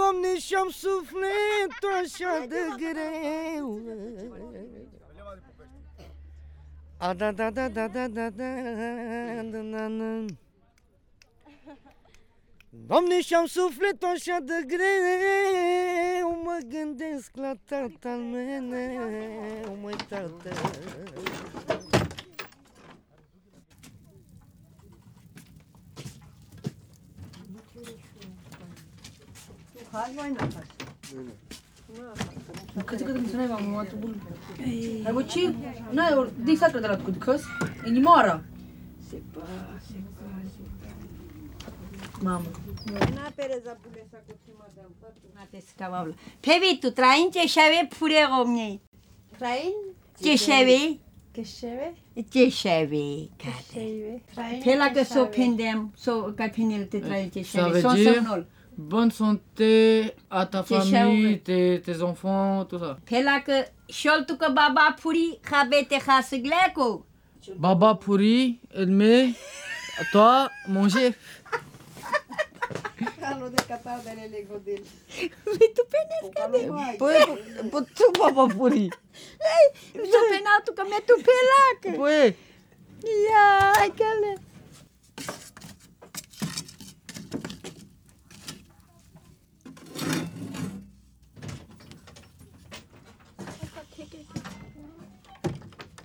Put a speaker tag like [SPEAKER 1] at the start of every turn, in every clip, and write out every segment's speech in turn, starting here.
[SPEAKER 1] Am sufletul așa de greu A da da da da da da da da da da Doamne, și-am sufletul așa de greu Mă gândesc la tatăl meu, măi tată
[SPEAKER 2] Hayır oynatar.
[SPEAKER 3] Câte câte nu mai am atubul. Ai bă, ce? N-ai ori, de exact de la cât căs? Inimoara. Mamă.
[SPEAKER 2] Deci, da, Pevi tu train çeşeve pure gomne.
[SPEAKER 4] Train,
[SPEAKER 2] Çeşeve,
[SPEAKER 4] keşeve,
[SPEAKER 2] çeşeve.
[SPEAKER 4] keşeve. Train,
[SPEAKER 2] Pela că s-o pendem, s-o ca pinel te train
[SPEAKER 5] Ça
[SPEAKER 2] çeşeve.
[SPEAKER 5] veut
[SPEAKER 2] Son
[SPEAKER 5] dire
[SPEAKER 2] somnol.
[SPEAKER 5] bonne santé à ta
[SPEAKER 2] Tes
[SPEAKER 5] famille,
[SPEAKER 2] chèvres.
[SPEAKER 5] tes, tes enfants, tout ça.
[SPEAKER 2] Pela că şol tu că baba puri habete hasıgleco.
[SPEAKER 5] Baba pourri, elle met toi manger.
[SPEAKER 2] Păi,
[SPEAKER 5] Tout baba pourri.
[SPEAKER 2] s-o penau tu că me tu pelacă.
[SPEAKER 5] Ouais.
[SPEAKER 2] Ia, hai că le.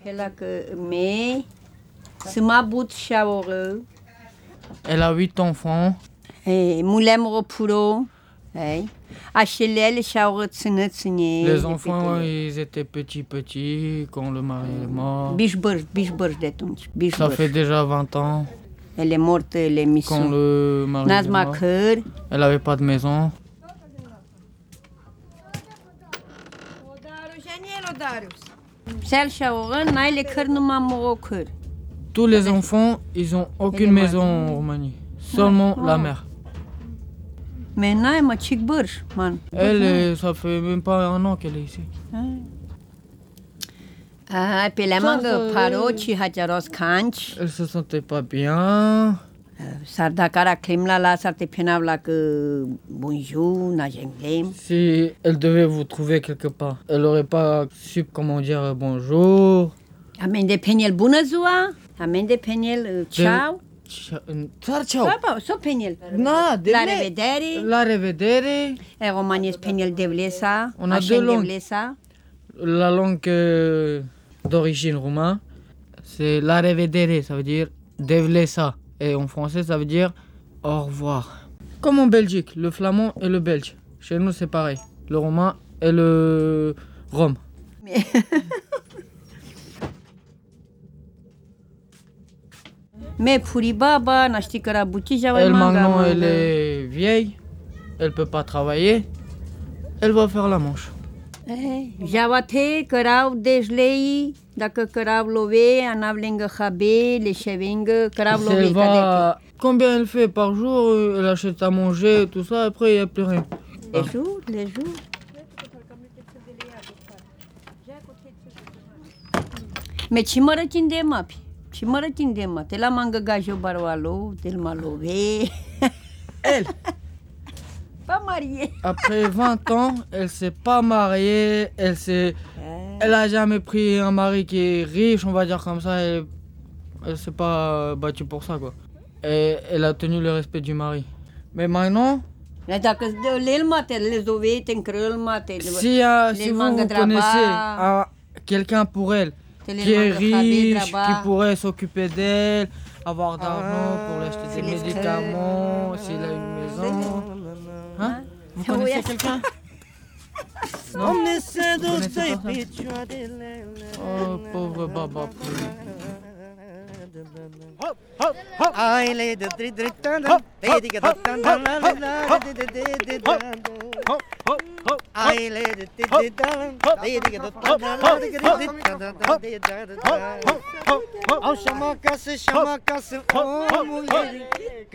[SPEAKER 2] Pela că me să mă but șaoră.
[SPEAKER 5] Elle a huit enfants.
[SPEAKER 2] Ei, mulem ropuro. Ei. Așelele și-au rățână ține.
[SPEAKER 5] Les enfants, ils étaient petits, petits quand le mari est mort.
[SPEAKER 2] Bișbărj, bișbărj de atunci,
[SPEAKER 5] Ça
[SPEAKER 2] bișbărj.
[SPEAKER 5] fait déjà 20 ans
[SPEAKER 2] Ele mort, ele
[SPEAKER 5] quand
[SPEAKER 2] misun.
[SPEAKER 5] le mari est
[SPEAKER 2] Nazma
[SPEAKER 5] mort.
[SPEAKER 2] căr,
[SPEAKER 5] Elle avait pas de maison.
[SPEAKER 2] sel și-au rân, naile căr numai mă o căr.
[SPEAKER 5] Tous les enfants, ils ont aucune
[SPEAKER 2] Elle est
[SPEAKER 5] maison en Roumanie. Seulement la mère.
[SPEAKER 2] Me n-ai mă, cic bărș, man.
[SPEAKER 5] Elle, euh, ça fait même pas un an qu'elle est ici.
[SPEAKER 2] Aha, pe la mangă,
[SPEAKER 5] Țară,
[SPEAKER 2] paroci, hajaros canci.
[SPEAKER 5] Elle se sentait pas bien.
[SPEAKER 2] S-ar da cara clem la la, s-ar te penau la că bonjour, najenglem.
[SPEAKER 5] Si elle devait vous trouver quelque part, elle aurait pas su comment dire euh, bonjour.
[SPEAKER 2] Amen de peniel, bună ziua! Amen de peniel, ciao!
[SPEAKER 5] Ciao. Ciao, ciao.
[SPEAKER 2] Papa, so peniel!
[SPEAKER 5] Na, de
[SPEAKER 2] La
[SPEAKER 5] lei.
[SPEAKER 2] revedere!
[SPEAKER 5] La revedere.
[SPEAKER 2] E romanies peniel de vlesa,
[SPEAKER 5] On a
[SPEAKER 2] așen
[SPEAKER 5] deux
[SPEAKER 2] de
[SPEAKER 5] langues.
[SPEAKER 2] vlesa.
[SPEAKER 5] La langue euh, d'origine roumain, c'est la revedere, ça veut dire devlesa. Et en français, ça veut dire au revoir. Comme en Belgique, le flamand et le belge. Chez nous, c'est pareil. Le roumain et le rome.
[SPEAKER 2] Me puri baba, n-a ști că era bucija,
[SPEAKER 5] Elle
[SPEAKER 2] manga,
[SPEAKER 5] maintenant,
[SPEAKER 2] manga.
[SPEAKER 5] elle est vieille. Elle peut pas travailler. Elle va faire la manche.
[SPEAKER 2] Javate, cărau dejlei, dacă cărau love, anav lângă habe, leșevengă, cărau
[SPEAKER 5] Si elle
[SPEAKER 2] love, cadete.
[SPEAKER 5] va- Combien elle fait par jour euh, Elle achète à manger, tout ça, après il n'y a plus rien.
[SPEAKER 2] Le jour, le jour. Me ce mă răcin de mapi? Ce mă răcin de mapi? Te la mangă gajo barvalo, te la malove.
[SPEAKER 5] Elle,
[SPEAKER 2] Pa Marie.
[SPEAKER 5] après 20 ans, elle s'est pas mariée, elle s'est... Elle a jamais pris un mari qui est riche, on va dire comme ça, elle, elle s'est pas euh, battue pour ça, quoi. Et elle a tenu le respect du mari. Mais maintenant,
[SPEAKER 2] Dar Dacă îți dă le mate, le zove, te încrăl mate.
[SPEAKER 5] si, euh, si
[SPEAKER 2] les
[SPEAKER 5] vous,
[SPEAKER 2] mangas
[SPEAKER 5] vous
[SPEAKER 2] de la
[SPEAKER 5] connaissez
[SPEAKER 2] bas.
[SPEAKER 5] un- quelqu'un pour elle,
[SPEAKER 2] Te le
[SPEAKER 5] qui est
[SPEAKER 2] mangă habe,
[SPEAKER 5] riche, qui
[SPEAKER 2] draba.
[SPEAKER 5] pourrait s'occuper d'elle, avoir d'argent pour lui acheter des
[SPEAKER 2] les
[SPEAKER 5] médicaments, s'il a une maison. Hein Vous connaissez quelqu'un
[SPEAKER 1] Doamne, se duci
[SPEAKER 5] Puneți-o
[SPEAKER 1] de
[SPEAKER 5] așa.
[SPEAKER 1] picioarele
[SPEAKER 5] Oh, pauvre baba pourri.
[SPEAKER 1] Aile de tri tri tan tan Dedică da tan tan la la la de de de de dan Aile de tri tri tan Dedică da tan tan la de de de dan dan dan de dan dan dan Au și-am acasă, și-am acasă omule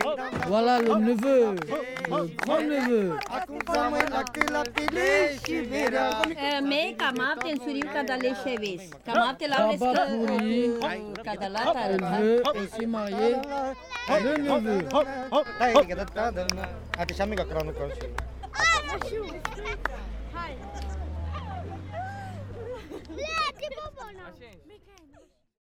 [SPEAKER 1] Când am
[SPEAKER 5] Voilà le neveu, le grand neveu.
[SPEAKER 1] acum s-a mai la cât la tele și verea
[SPEAKER 2] Me cam apte în suriu ca da leșeves. Cam apte la ales
[SPEAKER 5] Baba
[SPEAKER 2] că
[SPEAKER 5] pourri,
[SPEAKER 2] ca da lata.
[SPEAKER 5] elle veut aussi marier le neveu.
[SPEAKER 1] Dedică da tan tan Așa mi-a cranul ca și
[SPEAKER 6] Ai, Black, die Bonbon.